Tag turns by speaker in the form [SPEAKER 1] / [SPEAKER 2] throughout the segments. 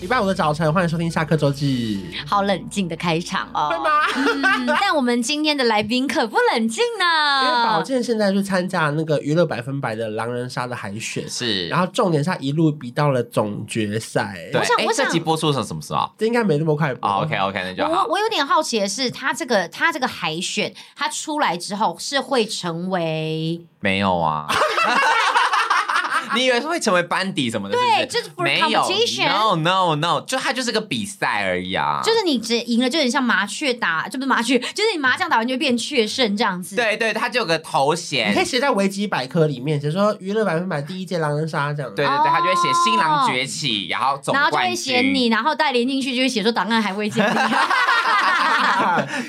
[SPEAKER 1] 礼拜五的早晨，欢迎收听下课周记。
[SPEAKER 2] 好冷静的开场哦。
[SPEAKER 1] 会吗？
[SPEAKER 2] 嗯，但我们今天的来宾可不冷静
[SPEAKER 1] 因为宝
[SPEAKER 2] 呢。
[SPEAKER 1] 健现在去参加那个娱乐百分百的狼人杀的海选，
[SPEAKER 3] 是，
[SPEAKER 1] 然后重点是他一路比到了总决赛。
[SPEAKER 3] 对，
[SPEAKER 2] 我想
[SPEAKER 3] 哎
[SPEAKER 2] 我想
[SPEAKER 3] 这集播出是什么时候啊
[SPEAKER 1] 这应该没那么快吧
[SPEAKER 3] 哦？OK OK，那就
[SPEAKER 2] 我
[SPEAKER 3] 好。
[SPEAKER 2] 我有点好奇的是，他这个他这个海选，他出来之后是会成为
[SPEAKER 3] 没有啊，你以为是会成为班底什么的？
[SPEAKER 2] 对
[SPEAKER 3] 是
[SPEAKER 2] 就是
[SPEAKER 3] 不
[SPEAKER 2] for
[SPEAKER 3] 没有
[SPEAKER 2] competition
[SPEAKER 3] ，no no no，就它就是个比赛而已啊。
[SPEAKER 2] 就是你只赢了，就很像麻雀打，就不是麻雀， 就是你麻将打完就会变雀圣这样子。，
[SPEAKER 3] 对对，它就有个头
[SPEAKER 1] 你
[SPEAKER 3] 衔
[SPEAKER 1] 可以，写在维基百科里面，写说娱乐百分百第一届狼人杀这样。
[SPEAKER 3] 对对
[SPEAKER 2] 哦
[SPEAKER 3] 对，它就会写新郎崛起，然后总
[SPEAKER 2] 然后就
[SPEAKER 3] 冠
[SPEAKER 2] 会写
[SPEAKER 3] 军。
[SPEAKER 2] 你，然后带连进去就会写说档案还未建立。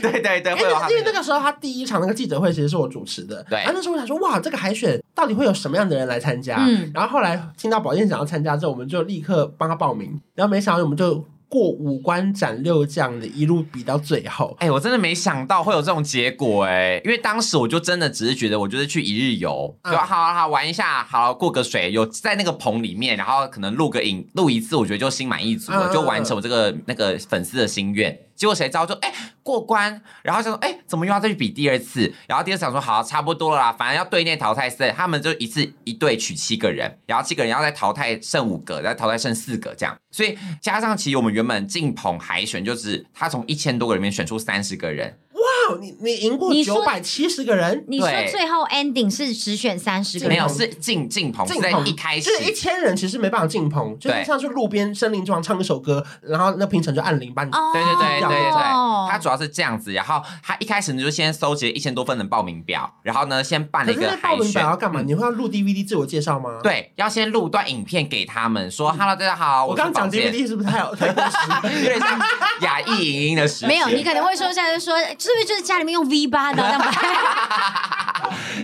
[SPEAKER 3] 对对对，
[SPEAKER 1] 哎，
[SPEAKER 3] 会有
[SPEAKER 1] 那
[SPEAKER 3] 它
[SPEAKER 1] 个因为那个时候他第一场那个记者会其实是我主持的，
[SPEAKER 3] 对
[SPEAKER 1] 然后那时候我想说，哇，这个海选到底会有什么样的人来参加？
[SPEAKER 2] 嗯
[SPEAKER 1] 然后后来听到宝健想要参加之后，我们就立刻帮他报名，然后没想到我们就过五关斩六将的，一路比到最后。
[SPEAKER 3] 哎、我真的没想到会有这种结果哎、因为当时我就真的只是觉得我就是去一日游，
[SPEAKER 1] 嗯
[SPEAKER 3] 就好好好玩一下，好过个水，有在那个棚里面，然后可能录个影，录一次，我觉得就心满意足了，
[SPEAKER 1] 嗯
[SPEAKER 3] 就完成我这个那个粉丝的心愿。结果谁知道就哎、过关，然后就说哎、怎么又要再去比第二次？然后第二次想说好差不多了啦，反正要队内淘汰赛，他们就一次一队取七个人，然后七个人要再淘汰剩五个，再淘汰剩四个这样。所以加上其实我们原本进棚海选就是他从一千多个里面选出三十个人，
[SPEAKER 1] 哇，你你赢过
[SPEAKER 2] 你
[SPEAKER 1] 九
[SPEAKER 2] 说
[SPEAKER 1] 百七十个人，
[SPEAKER 2] 你说
[SPEAKER 3] 对
[SPEAKER 2] 最后 ending 是只选三十个人，
[SPEAKER 3] 没有是进进棚是
[SPEAKER 1] 进
[SPEAKER 3] 在
[SPEAKER 1] 棚
[SPEAKER 3] 一开始
[SPEAKER 1] 就。是一千人，其实没办法进棚，就是
[SPEAKER 3] 对
[SPEAKER 1] 像去路边森林之王唱一首歌，然后那评审就按铃把你。
[SPEAKER 2] 哦
[SPEAKER 3] 对对对对对，
[SPEAKER 2] 哦
[SPEAKER 3] 他主要是这样子，然后他一开始呢就先搜集一千多份的报名表，然后呢先办了
[SPEAKER 1] 可
[SPEAKER 3] 一
[SPEAKER 1] 是
[SPEAKER 3] 个
[SPEAKER 1] 那报
[SPEAKER 3] 海
[SPEAKER 1] 名表
[SPEAKER 3] 选
[SPEAKER 1] 要，干嘛？你会要录 DVD 自我介绍吗？，
[SPEAKER 3] 对，要先录段影片给他们，说 “Hello，大家好，
[SPEAKER 1] 嗯哦我
[SPEAKER 3] 我
[SPEAKER 1] 刚刚讲
[SPEAKER 3] 是宝剑
[SPEAKER 1] DVD 是不是太 太过时？
[SPEAKER 3] 有点像亚裔影音的时期
[SPEAKER 2] 没有， 你可能会说一下，就说是不是就是家里面用 V 八的，让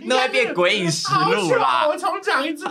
[SPEAKER 3] 那会变鬼影实
[SPEAKER 1] 好
[SPEAKER 3] 录
[SPEAKER 1] 久
[SPEAKER 3] 啦。
[SPEAKER 1] 我重讲一次，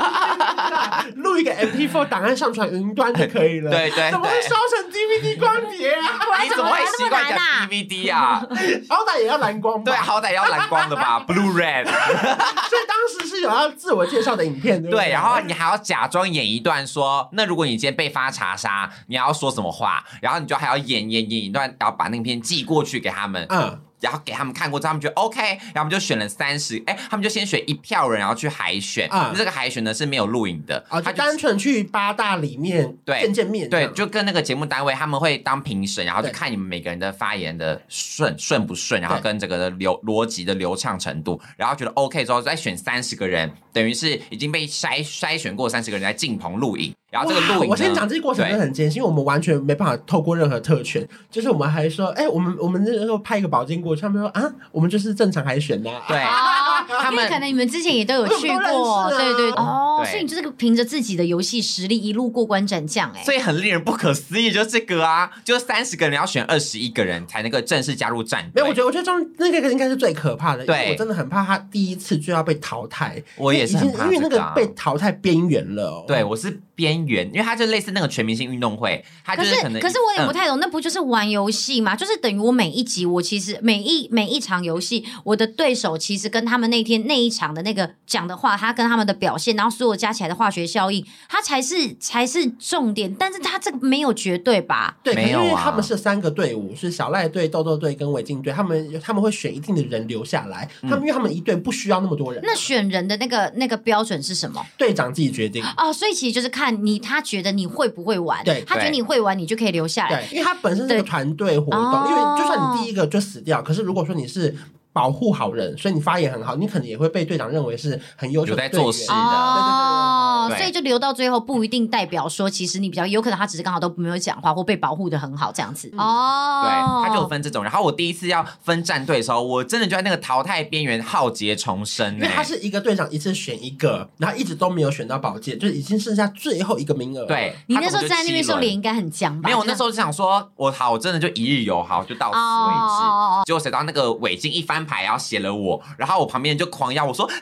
[SPEAKER 1] 录一个 MP4 档案上传云端就可以了。
[SPEAKER 3] 对对
[SPEAKER 1] 怎么会
[SPEAKER 3] 对
[SPEAKER 1] 烧成 DVD 光碟 啊？
[SPEAKER 3] 你怎么会习惯讲
[SPEAKER 2] 我还
[SPEAKER 3] DVD 啊？
[SPEAKER 1] 好歹也要蓝光吧？
[SPEAKER 3] 对，好歹要蓝光 的吧，Blu-ray。
[SPEAKER 1] 所以当时是有要自我介绍的影片，对不
[SPEAKER 3] 对，然后你还要假装演一段说，那如果你今天被发查杀，你要说什么话？然后你就还要演演演一段，然后把那片寄过去给 他们，
[SPEAKER 1] 嗯，
[SPEAKER 3] 然后给他们看过之后，他们觉得 OK，然后我们就选了三十，哎，他们就先选一票人，然后去海选。
[SPEAKER 1] 啊
[SPEAKER 3] 这个海选呢是没有录影的，
[SPEAKER 1] 啊，
[SPEAKER 3] 他
[SPEAKER 1] 就
[SPEAKER 3] 就
[SPEAKER 1] 单纯去八大里面
[SPEAKER 3] 对
[SPEAKER 1] 见见面这
[SPEAKER 3] 对
[SPEAKER 1] 样，，
[SPEAKER 3] 就跟那个节目单位他们会当评审，然后就
[SPEAKER 1] 对
[SPEAKER 3] 看你们每个人的发言的顺顺不顺，然后
[SPEAKER 1] 对
[SPEAKER 3] 跟这个的流逻辑的流畅程度，然后觉得 OK 之后再选三十个人，等于是已经被筛筛选过三十个人来进棚录影，然后这个
[SPEAKER 1] 哇
[SPEAKER 3] 录影
[SPEAKER 1] 我先
[SPEAKER 3] 呢
[SPEAKER 1] 讲这个过程真的
[SPEAKER 3] 对
[SPEAKER 1] 很艰辛，因为我们完全没办法透过任何特权，就是我们还说，哎、我们我们那时候派一个保健过去，他们说啊，我们就是正常海选啊呐、
[SPEAKER 3] 对。
[SPEAKER 2] 哦，
[SPEAKER 3] 他
[SPEAKER 2] 因为
[SPEAKER 3] 们
[SPEAKER 2] 可能你们之前也都有去
[SPEAKER 1] 我们都认
[SPEAKER 2] 过，
[SPEAKER 1] 识啊
[SPEAKER 2] 对对对哦，
[SPEAKER 3] 对
[SPEAKER 2] 所以你就是凭着自己的游戏实力一路过关斩将，哎，
[SPEAKER 3] 所以很令人不可思议，就是这个啊，就三十个人要选二十一个人才能够正式加入战
[SPEAKER 1] 没
[SPEAKER 3] 队。
[SPEAKER 1] 有，我觉得我觉得中那个应该是最可怕的，因
[SPEAKER 3] 对
[SPEAKER 1] 为我真的很怕他第一次就要被淘汰。
[SPEAKER 3] 我也是
[SPEAKER 1] 因为已
[SPEAKER 3] 很
[SPEAKER 1] 经
[SPEAKER 3] 怕
[SPEAKER 1] 因为那
[SPEAKER 3] 这
[SPEAKER 1] 个
[SPEAKER 3] 啊
[SPEAKER 1] 被淘汰边缘了、哦。
[SPEAKER 3] 对，我是边缘，因为它就类似那个全明星运动会，它就
[SPEAKER 2] 可是
[SPEAKER 3] 能
[SPEAKER 2] 可是我也
[SPEAKER 3] 嗯
[SPEAKER 2] 不太懂，那不就是玩游戏吗？就是等于我每一集，我其实每一每一场游戏，我的对手其实跟他们那天那一场的那个讲的话，他跟他们的表现，然后所有加起来的化学效应，它才是才是重点。但是它这个没有绝对吧？
[SPEAKER 1] 对，可是
[SPEAKER 3] 没有
[SPEAKER 1] 因
[SPEAKER 3] 啊
[SPEAKER 1] 为他们是三个队伍，是小赖队、豆豆队跟违禁队，他们他们会选一定的人留下来，
[SPEAKER 3] 嗯
[SPEAKER 1] 他们因为他们一队不需要那么多人，
[SPEAKER 2] 那选人的那个那个标准是什么？
[SPEAKER 1] 队长自己决定。
[SPEAKER 2] 哦，所以其实就是看你他觉得你会不会玩，
[SPEAKER 1] 对
[SPEAKER 2] 他觉得你会玩，你就可以留下来。
[SPEAKER 3] 哎
[SPEAKER 1] 对，因为它本身是个
[SPEAKER 2] 对
[SPEAKER 1] 团队活
[SPEAKER 2] 哦
[SPEAKER 1] 动，因为就算你第一个就死掉，可是如果说你是保护好人，所以你发言很好，你可能也会被队长认为是很优秀
[SPEAKER 3] 有
[SPEAKER 1] 的
[SPEAKER 3] 在
[SPEAKER 1] 队员
[SPEAKER 3] 做事
[SPEAKER 1] 对
[SPEAKER 3] 的，
[SPEAKER 1] 对对对对
[SPEAKER 2] 哦，
[SPEAKER 3] 对
[SPEAKER 2] 所以就留到最后不一定代表说，其实你比较有可能他只是刚好都没有讲话或被保护的很好这样子哦。
[SPEAKER 3] 对，他就有分这种。然后我第一次要分战队的时候，我真的就在那个淘汰边缘浩劫重生、
[SPEAKER 1] 因
[SPEAKER 3] 欸，
[SPEAKER 1] 为他是一个队长一次选一个，然后一直都没有选到宝剑，就已经剩下最后一个名额。
[SPEAKER 3] 对，
[SPEAKER 2] 你
[SPEAKER 3] 他
[SPEAKER 2] 那时
[SPEAKER 3] 根
[SPEAKER 2] 候
[SPEAKER 3] 本就
[SPEAKER 2] 站在那边的时候
[SPEAKER 3] 七轮
[SPEAKER 2] 脸应该很僵吧？
[SPEAKER 3] 没有，
[SPEAKER 2] 就
[SPEAKER 3] 那时候就想说，我好，我真的就一日游好，就到此为止。
[SPEAKER 2] 哦
[SPEAKER 3] 结果谁知道那个尾巾一翻牌，然后写了我，然后我旁边人就狂要我说是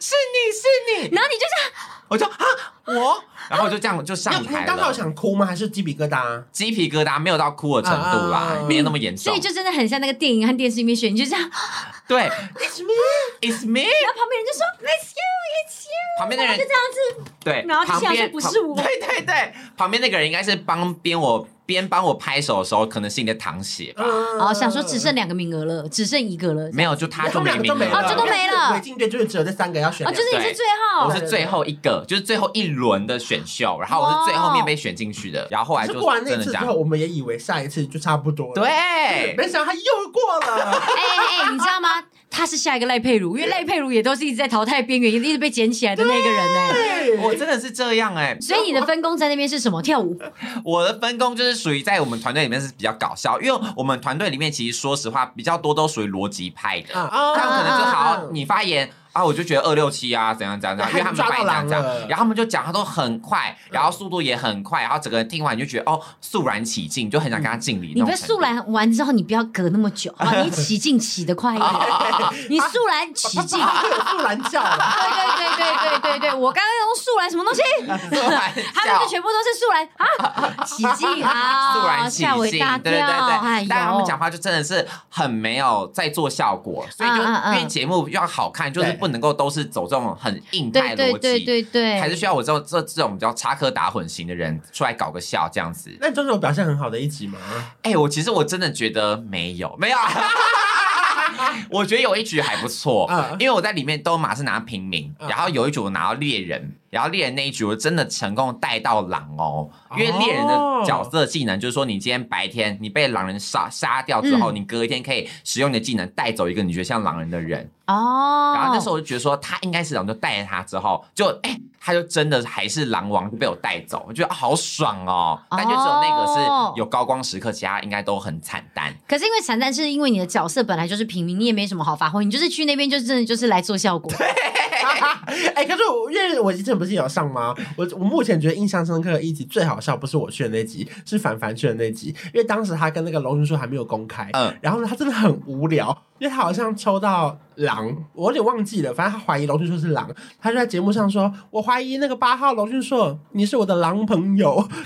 [SPEAKER 3] 你是你，
[SPEAKER 2] 然后你就这样，
[SPEAKER 3] 我就啊我，然后我就这样就
[SPEAKER 1] 那
[SPEAKER 3] 上
[SPEAKER 1] 你
[SPEAKER 3] 台
[SPEAKER 1] 当时有
[SPEAKER 3] 了，
[SPEAKER 1] 想哭吗？还是鸡皮疙瘩？
[SPEAKER 3] 鸡皮疙瘩没有到哭的程度
[SPEAKER 1] 啊
[SPEAKER 3] 啦，没有那么严
[SPEAKER 2] 所
[SPEAKER 3] 重
[SPEAKER 2] 以。就真的很像那个电影和电视里面选，你就这 样，然后
[SPEAKER 3] 对
[SPEAKER 1] It's me，
[SPEAKER 3] ，It's me，
[SPEAKER 2] 啊旁边人就说 It's you, it's you，
[SPEAKER 3] 旁边的人
[SPEAKER 2] 就这样子，
[SPEAKER 3] 对，
[SPEAKER 2] 然后就
[SPEAKER 3] 旁边
[SPEAKER 2] 下说不是我
[SPEAKER 3] 旁对对对，旁边那个人应该是帮边我边帮我拍手的时候，可能是你的淌血吧，
[SPEAKER 1] 嗯
[SPEAKER 2] 然后哦想说只剩两个名额了，只剩一个了，
[SPEAKER 3] 没有，就他
[SPEAKER 1] 他
[SPEAKER 3] 就
[SPEAKER 1] 们
[SPEAKER 3] 没
[SPEAKER 1] 两个
[SPEAKER 3] 名
[SPEAKER 1] 都没
[SPEAKER 3] 额
[SPEAKER 1] 了，
[SPEAKER 2] 哦这都没了
[SPEAKER 1] 违禁队就是只有这三个要选
[SPEAKER 2] 哦，
[SPEAKER 1] 两
[SPEAKER 2] 就
[SPEAKER 1] 个，
[SPEAKER 2] 是你是
[SPEAKER 3] 对
[SPEAKER 2] 最后
[SPEAKER 3] 我，是最后一个，就是最后一轮的选秀，然后我是最后
[SPEAKER 2] 哦
[SPEAKER 3] 面被选进去的，然后后来
[SPEAKER 1] 可
[SPEAKER 3] 就是
[SPEAKER 1] 过完那
[SPEAKER 3] 真的
[SPEAKER 1] 次
[SPEAKER 3] 这
[SPEAKER 1] 之
[SPEAKER 3] 样
[SPEAKER 1] 后，，我们也以为下一次就差不多了。
[SPEAKER 3] 对，
[SPEAKER 1] 没想到他又过了。
[SPEAKER 2] 哎哎哎，你知道吗？他是下一个赖佩如，因为赖佩如也都是一直在淘汰边缘，也一直被捡起来的那个人哎呢、
[SPEAKER 3] 我真的是这样哎、
[SPEAKER 2] 所以你的分工在那边是什么？跳舞
[SPEAKER 3] 我的分工就是属于在我们团队里面是比较搞笑，因为我们团队里面其实说实话比较多都属于逻辑派的，
[SPEAKER 1] 啊
[SPEAKER 3] 他们可能就
[SPEAKER 1] 啊
[SPEAKER 2] 嗯
[SPEAKER 3] 好，你发言啊，我就觉得二六七啊怎样怎样 怎样，因为他们发言这
[SPEAKER 1] 抓到
[SPEAKER 3] 样这
[SPEAKER 1] 狼
[SPEAKER 3] 样
[SPEAKER 1] 了，
[SPEAKER 3] 然后他们就讲他都很快，然后速度也很快，然后整个人听完你就觉得哦肃然起敬，就很想跟他敬礼。
[SPEAKER 2] 你被素兰完之后，你不要隔那么久，好吧？你起劲起得快一点，你素兰起劲。
[SPEAKER 1] 他有素兰教了。
[SPEAKER 2] 对对对对对对对，我刚刚用素兰什么东西？他
[SPEAKER 3] 他
[SPEAKER 2] 们就全部都是素兰啊，起劲啊，
[SPEAKER 3] 肃然起
[SPEAKER 2] 吓我一
[SPEAKER 3] 敬，
[SPEAKER 2] 大
[SPEAKER 3] 对对对
[SPEAKER 2] 跳，哎
[SPEAKER 3] 对，
[SPEAKER 2] 呦，
[SPEAKER 3] 但他们讲话就真的是很没有在做效果，所以就
[SPEAKER 2] 嗯嗯嗯
[SPEAKER 3] 因为节目要好看，就是
[SPEAKER 1] 对
[SPEAKER 3] 不能够都是走这种很硬派
[SPEAKER 2] 对对
[SPEAKER 3] 逻
[SPEAKER 2] 对
[SPEAKER 3] 辑，
[SPEAKER 2] 对对，
[SPEAKER 3] 还是需要我这种这这种比较插科打诨型的人出来搞个笑这样子。
[SPEAKER 1] 那你中间有表现很好的一集吗？
[SPEAKER 3] 哎、我其实我真的觉得没有，没有 啊。我觉得有一局还不错
[SPEAKER 1] 嗯，
[SPEAKER 3] 因为我在里面都马是拿平民，
[SPEAKER 1] 嗯
[SPEAKER 3] 然后有一局我拿到猎人，然后猎人那一局我真的成功带到狼哦，因为猎人
[SPEAKER 1] 哦
[SPEAKER 3] 的角色技能就是说，你今天白天你被狼人杀杀掉之后，
[SPEAKER 2] 嗯
[SPEAKER 3] 你隔一天可以使用你的技能带走一个你觉得像狼人的人，
[SPEAKER 2] 哦。
[SPEAKER 3] 然后那时候我就觉得说他应该是狼，就带着他之后，就哎、他就真的还是狼王就被我带走，我觉得啊好爽哦。但就只有那个
[SPEAKER 2] 哦
[SPEAKER 3] 是有高光时刻，其他应该都很惨淡。
[SPEAKER 2] 可是因为惨淡是因为你的角色本来就是平民，你也没什么好发挥，你就是去那边就真的就是来做效果。
[SPEAKER 1] 哎，可是我因为我之前不是有上吗？我我目前觉得印象深刻的一集最好笑，不是我去的那集，是凡凡去的那集，因为当时他跟那个龙云说还没有公开，
[SPEAKER 3] 嗯，
[SPEAKER 1] 然后呢，他真的很无聊，因为他好像抽到狼，我有点忘记了，反正他怀疑龙俊硕是狼，他就在节目上说：“我怀疑那个八号龙俊硕，你是我的狼朋友。”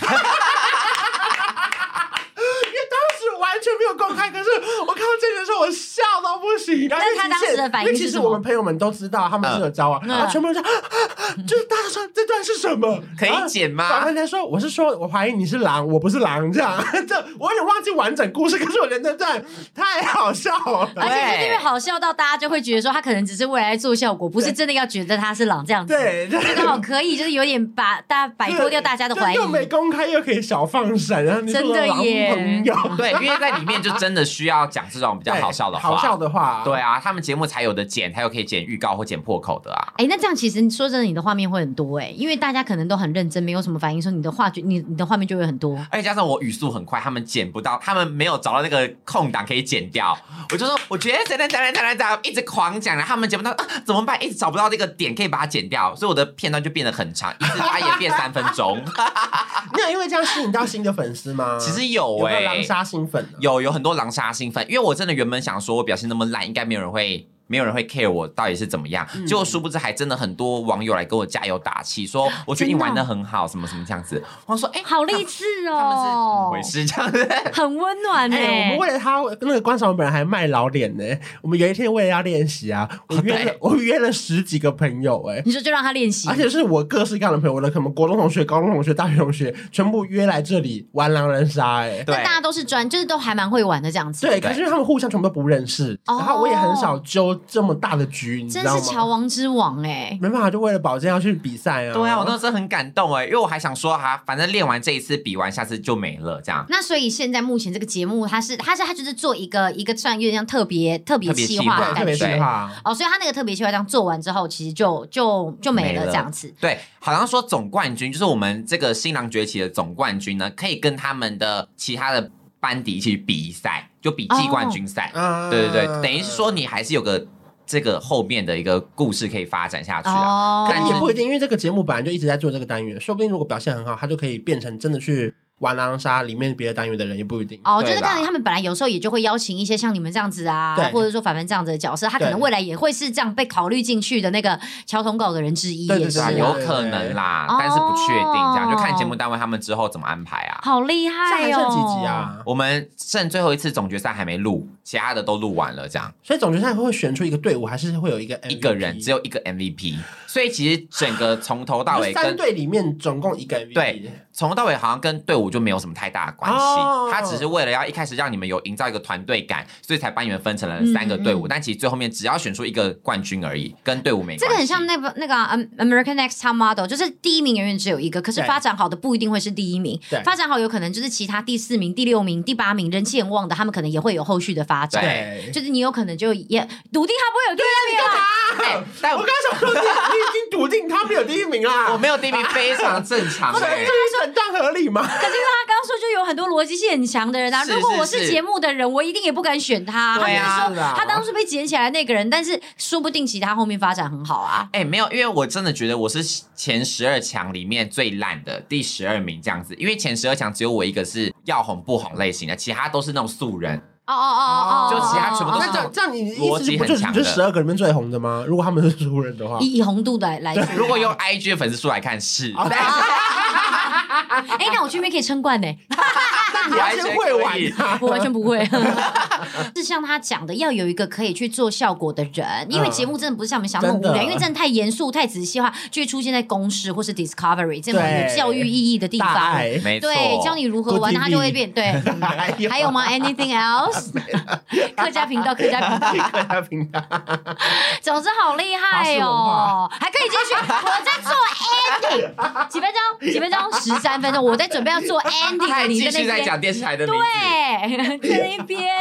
[SPEAKER 1] 因为当时完全没有公开，可是我看到这个的时候，我笑到不行。然后因为
[SPEAKER 2] 那他当
[SPEAKER 1] 其实
[SPEAKER 2] 时的反应
[SPEAKER 1] 因为
[SPEAKER 2] 是
[SPEAKER 1] 其实
[SPEAKER 2] 什么
[SPEAKER 1] 我们朋友们都知道他们是有交往，
[SPEAKER 2] 嗯
[SPEAKER 1] 然后全部人就、啊啊就是大家说这段是什么？
[SPEAKER 3] 嗯可
[SPEAKER 1] 然后
[SPEAKER 3] 以剪
[SPEAKER 1] 然后
[SPEAKER 3] 吗？
[SPEAKER 1] 他说：“我是说，我怀疑你是狼，我不是狼。”这样， 这我有点忘记完整故事，可是我觉得那段太好笑
[SPEAKER 2] 而
[SPEAKER 3] 哎
[SPEAKER 1] 了。
[SPEAKER 2] 且就是因为好笑到大家就会觉得说他可能只是为了来做效果，不是真的要觉得他是狼这样子。，
[SPEAKER 1] 对，就
[SPEAKER 2] 这刚好可以就是有点把大家摆脱掉大家的怀疑
[SPEAKER 1] 就。又没公开，又可以小放闪，然后你是我
[SPEAKER 2] 真的
[SPEAKER 1] 狼
[SPEAKER 2] 耶
[SPEAKER 1] 朋友，
[SPEAKER 3] 对，因为在里面就真的需要讲这种比较好笑的
[SPEAKER 1] 对好笑
[SPEAKER 3] 话。
[SPEAKER 1] 的话，
[SPEAKER 3] 对啊，他们节目才有的剪，才有可以剪预告或剪破口的啊。
[SPEAKER 2] 哎，那这样其实说真的，你的画面会很多哎、因为大家可能都很认真，没有什么反应，说你的话就你你的画面就会很多。
[SPEAKER 3] 而且加上我语速很快，他们剪不到，他们没有找到那个空档可以剪掉。我就说，我觉得怎样怎样怎样怎样，一直狂讲，然后他们剪不到、啊，怎么办？一直找不到那个点可以把它剪掉，所以我的片段就变得很长，一次发言变三分钟。
[SPEAKER 1] 啊你有因为这样吸引到新的粉丝吗？
[SPEAKER 3] 其实有
[SPEAKER 1] 有没有
[SPEAKER 3] 哎、
[SPEAKER 1] 狼杀新粉呢？
[SPEAKER 3] 有有很多狼杀新粉，因为我真的原本想说我表现那么烂，应该没有人会。没有人会 care 我到底是怎么样，结果殊不知还真的很多网友来给我加油打气，说我觉得你
[SPEAKER 2] 真的哦
[SPEAKER 3] 玩的很好，什么什么这样子。我说，哎、
[SPEAKER 2] 好励志
[SPEAKER 3] 他们是怎么
[SPEAKER 2] 哦
[SPEAKER 3] 回，事这 样子？
[SPEAKER 2] 很温暖哎、
[SPEAKER 1] 哎、我们为了他那个观赏，我们本来还卖老脸呢、我们有一天为了要练习啊，我约了、
[SPEAKER 3] 哦对
[SPEAKER 1] 我约了十几个朋友哎、
[SPEAKER 2] 你说就让他练习，
[SPEAKER 1] 而且是我各式各样的朋友，我的可能国中同学、高中同学、大学同学，全部约来这里玩狼人杀、欸，哎。
[SPEAKER 3] 对
[SPEAKER 2] 但大家都是专，就是都还蛮会玩的这样子。
[SPEAKER 3] 哦
[SPEAKER 1] 对，可是因为他们互相全部都不认识，然后我也很少纠这么大的局，你知
[SPEAKER 2] 真
[SPEAKER 1] 道
[SPEAKER 2] 是乔
[SPEAKER 1] 吗？
[SPEAKER 2] 王之王哎、
[SPEAKER 1] 没办法，就为了保健要去比赛啊。
[SPEAKER 3] 对啊，我那时候很感动哎，因为我还想说哈、反正练完这一次，比完下次就没了这样。
[SPEAKER 2] 那所以现在目前这个节目，它是它是它就是做一个一个算有点像特别特别
[SPEAKER 3] 特别
[SPEAKER 2] 企
[SPEAKER 3] 企划
[SPEAKER 2] 划的
[SPEAKER 1] 对特
[SPEAKER 2] 感
[SPEAKER 1] 别
[SPEAKER 3] 哎对
[SPEAKER 1] 计
[SPEAKER 2] 觉。
[SPEAKER 1] 划，
[SPEAKER 2] 哦，所以他那个特别计划这样做完之后，其实就就就没
[SPEAKER 3] 没
[SPEAKER 2] 了
[SPEAKER 3] 了
[SPEAKER 2] 这样子。
[SPEAKER 3] 对，好像说总冠军就是我们这个新郎崛起的总冠军呢，可以跟他们的其他的班底一起比赛，就比季冠军赛。
[SPEAKER 1] 啊
[SPEAKER 3] 对对对，等于是说你还是有个这个后面的一个故事可以发展下去啊。
[SPEAKER 2] 哦，
[SPEAKER 3] 但
[SPEAKER 1] 但
[SPEAKER 3] 是
[SPEAKER 1] 也不一定，因为这个节目本来就一直在做这个单元，说不定如果表现很好，他就可以变成真的去玩狼人杀里面别的单元的人，也不一定。
[SPEAKER 2] 哦，就
[SPEAKER 3] 对
[SPEAKER 2] 是
[SPEAKER 3] 啦
[SPEAKER 2] 当然他们本来有时候也就会邀请一些像你们这样子啊
[SPEAKER 1] 对，
[SPEAKER 2] 或者说凡凡这样子的角色，他可能
[SPEAKER 1] 对
[SPEAKER 2] 未来也会是这样被考虑进去的那个敲通告的人之一，
[SPEAKER 1] 对对
[SPEAKER 2] 也是
[SPEAKER 3] 对啊，
[SPEAKER 1] 是
[SPEAKER 3] 有可能啦，
[SPEAKER 2] 对
[SPEAKER 3] 但是不确定，这
[SPEAKER 2] 哦
[SPEAKER 3] 样就看节目单位他们之后怎么安排啊。
[SPEAKER 2] 好厉
[SPEAKER 1] 这还
[SPEAKER 2] 害哦！
[SPEAKER 1] 剩几集？啊？
[SPEAKER 3] 我们剩最后一次总决赛还没录，其他的都录完了，这样
[SPEAKER 1] 所以总决赛会选出一个队伍，还是会有一个 MVP,
[SPEAKER 3] 一个人只有一个 MVP，所以其实整个从头到尾
[SPEAKER 1] 就三
[SPEAKER 3] 跟
[SPEAKER 1] 队里面总共一个 MVP。
[SPEAKER 3] 对从头到尾好像跟队伍就没有什么太大的关系
[SPEAKER 1] 哦，
[SPEAKER 3] 他只是为了要一开始让你们有营造一个团队感，所以才把你们分成了三个队
[SPEAKER 1] 嗯
[SPEAKER 3] 伍，但其实最后面只要选出一个冠军而已，跟队伍没关系。
[SPEAKER 2] 这个很像那个那个啊、嗯 American Next Top Model，就是第一名永远只有一个，可是
[SPEAKER 1] 对
[SPEAKER 2] 发展好的不一定会是第一名
[SPEAKER 1] 对，
[SPEAKER 2] 发展好有可能就是其他第四名、第六名、第八名人气很旺的，他们可能也会有后续的发展。
[SPEAKER 1] 对，
[SPEAKER 2] 就是你有可能就也笃定他不会有第一名啊，
[SPEAKER 3] 哎，但
[SPEAKER 1] 我刚想说你，你已经笃定他没有第一名啦。
[SPEAKER 3] 我没有第 一名非常正常
[SPEAKER 1] 这
[SPEAKER 3] 哎
[SPEAKER 1] 这。是很大合理吗？
[SPEAKER 2] 可是因为他刚刚说就有很多逻辑性很强的人啊，
[SPEAKER 3] 是
[SPEAKER 2] 如果我
[SPEAKER 3] 是
[SPEAKER 2] 是
[SPEAKER 3] 是
[SPEAKER 2] 节目的人，我一定也不敢选他。
[SPEAKER 3] 对啊
[SPEAKER 2] 他
[SPEAKER 1] 是
[SPEAKER 2] 们
[SPEAKER 1] 啦
[SPEAKER 2] 说他当初被捡起来那个人，但是说不定其他后面发展很好啊。
[SPEAKER 3] 哎、没有，因为我真的觉得我是前十二强里面最烂的，第十二名这样子。因为前十二强只有我一个是要红不红类型的，其他都是那种素人。
[SPEAKER 2] 哦哦哦哦，
[SPEAKER 3] 就其他全部都是
[SPEAKER 1] 那这
[SPEAKER 3] 这
[SPEAKER 1] 样
[SPEAKER 3] 种
[SPEAKER 1] 这样，你的意思是不
[SPEAKER 3] 逻
[SPEAKER 1] 就
[SPEAKER 3] 辑很强
[SPEAKER 1] 你
[SPEAKER 3] 的
[SPEAKER 1] 就十二个里面最红的吗？如果他们是熟人的话，
[SPEAKER 2] 以以红度来来说，
[SPEAKER 3] 如果用 IG 的粉丝数来看是，
[SPEAKER 1] 啊但
[SPEAKER 2] 哎，那我去那边可以称冠呢，
[SPEAKER 1] 但你要先会
[SPEAKER 3] 完全可以
[SPEAKER 1] 玩啊。
[SPEAKER 2] 我完全不会。是像他讲的，要有一个可以去做效果的人，因为
[SPEAKER 1] 嗯
[SPEAKER 2] 节目真的不是像我们想的那么
[SPEAKER 1] 真
[SPEAKER 2] 无
[SPEAKER 1] 的
[SPEAKER 2] 聊，因为真的太严肃、太仔细的话，就会出现在公式或是 Discovery 这种
[SPEAKER 1] 对
[SPEAKER 2] 有教育意义的地
[SPEAKER 1] 大
[SPEAKER 2] 方。
[SPEAKER 1] 爱，
[SPEAKER 3] 没错，
[SPEAKER 2] 对，教你如何
[SPEAKER 1] Good
[SPEAKER 2] 玩，它就会
[SPEAKER 1] TV
[SPEAKER 2] 变对。还有吗？Anything else？客家频道，客家频道，
[SPEAKER 1] 客家频道，
[SPEAKER 2] 总之好厉害哦，还可以继续。我在做 ending，几分钟？几分钟？十三分钟。我在准备要做 ending，
[SPEAKER 3] 他
[SPEAKER 2] 了
[SPEAKER 3] 还
[SPEAKER 2] 你在
[SPEAKER 3] 继
[SPEAKER 2] 那
[SPEAKER 3] 续在
[SPEAKER 2] 边，
[SPEAKER 3] 讲电视台的名字。
[SPEAKER 2] 对，在那边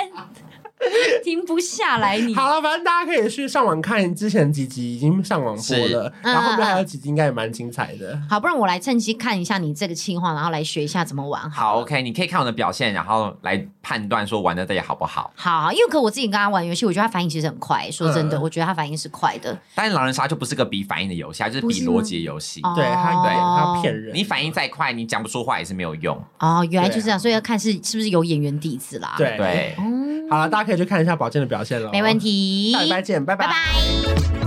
[SPEAKER 2] 停不下来你。
[SPEAKER 1] 好了，反正大家可以去上网看之前几集已经上网播了，
[SPEAKER 2] 嗯
[SPEAKER 1] 然后后面还有几集应该也蛮精彩的。
[SPEAKER 2] 好，不然我来趁机看一下你这个计划，然后来学一下怎么玩。
[SPEAKER 3] 好，OK，你可以看我的表现，然后来判断说玩的到底好不好。
[SPEAKER 2] 好，因为可我自己跟他玩游戏，我觉得他反应其实很快。说真的，
[SPEAKER 1] 嗯
[SPEAKER 2] 我觉得他反应是快的。
[SPEAKER 3] 但是狼人杀就不是个比反应的游戏，它就是
[SPEAKER 2] 不是
[SPEAKER 3] 比
[SPEAKER 2] 吗
[SPEAKER 3] 逻辑的游戏。
[SPEAKER 2] 哦
[SPEAKER 1] 对他
[SPEAKER 2] 对
[SPEAKER 1] 他骗人，
[SPEAKER 3] 你反应再快，你讲不出话也是没有用。
[SPEAKER 2] 哦，原来就
[SPEAKER 1] 对
[SPEAKER 2] 是
[SPEAKER 1] 啊
[SPEAKER 2] 这样，所以要看是是不是有演员底子啦。，
[SPEAKER 1] 对
[SPEAKER 3] 对，
[SPEAKER 2] 嗯，
[SPEAKER 1] 好了，大家可以去看一下宝剑的表现了，
[SPEAKER 2] 没问，题，
[SPEAKER 1] 下礼拜见，拜
[SPEAKER 2] 拜拜。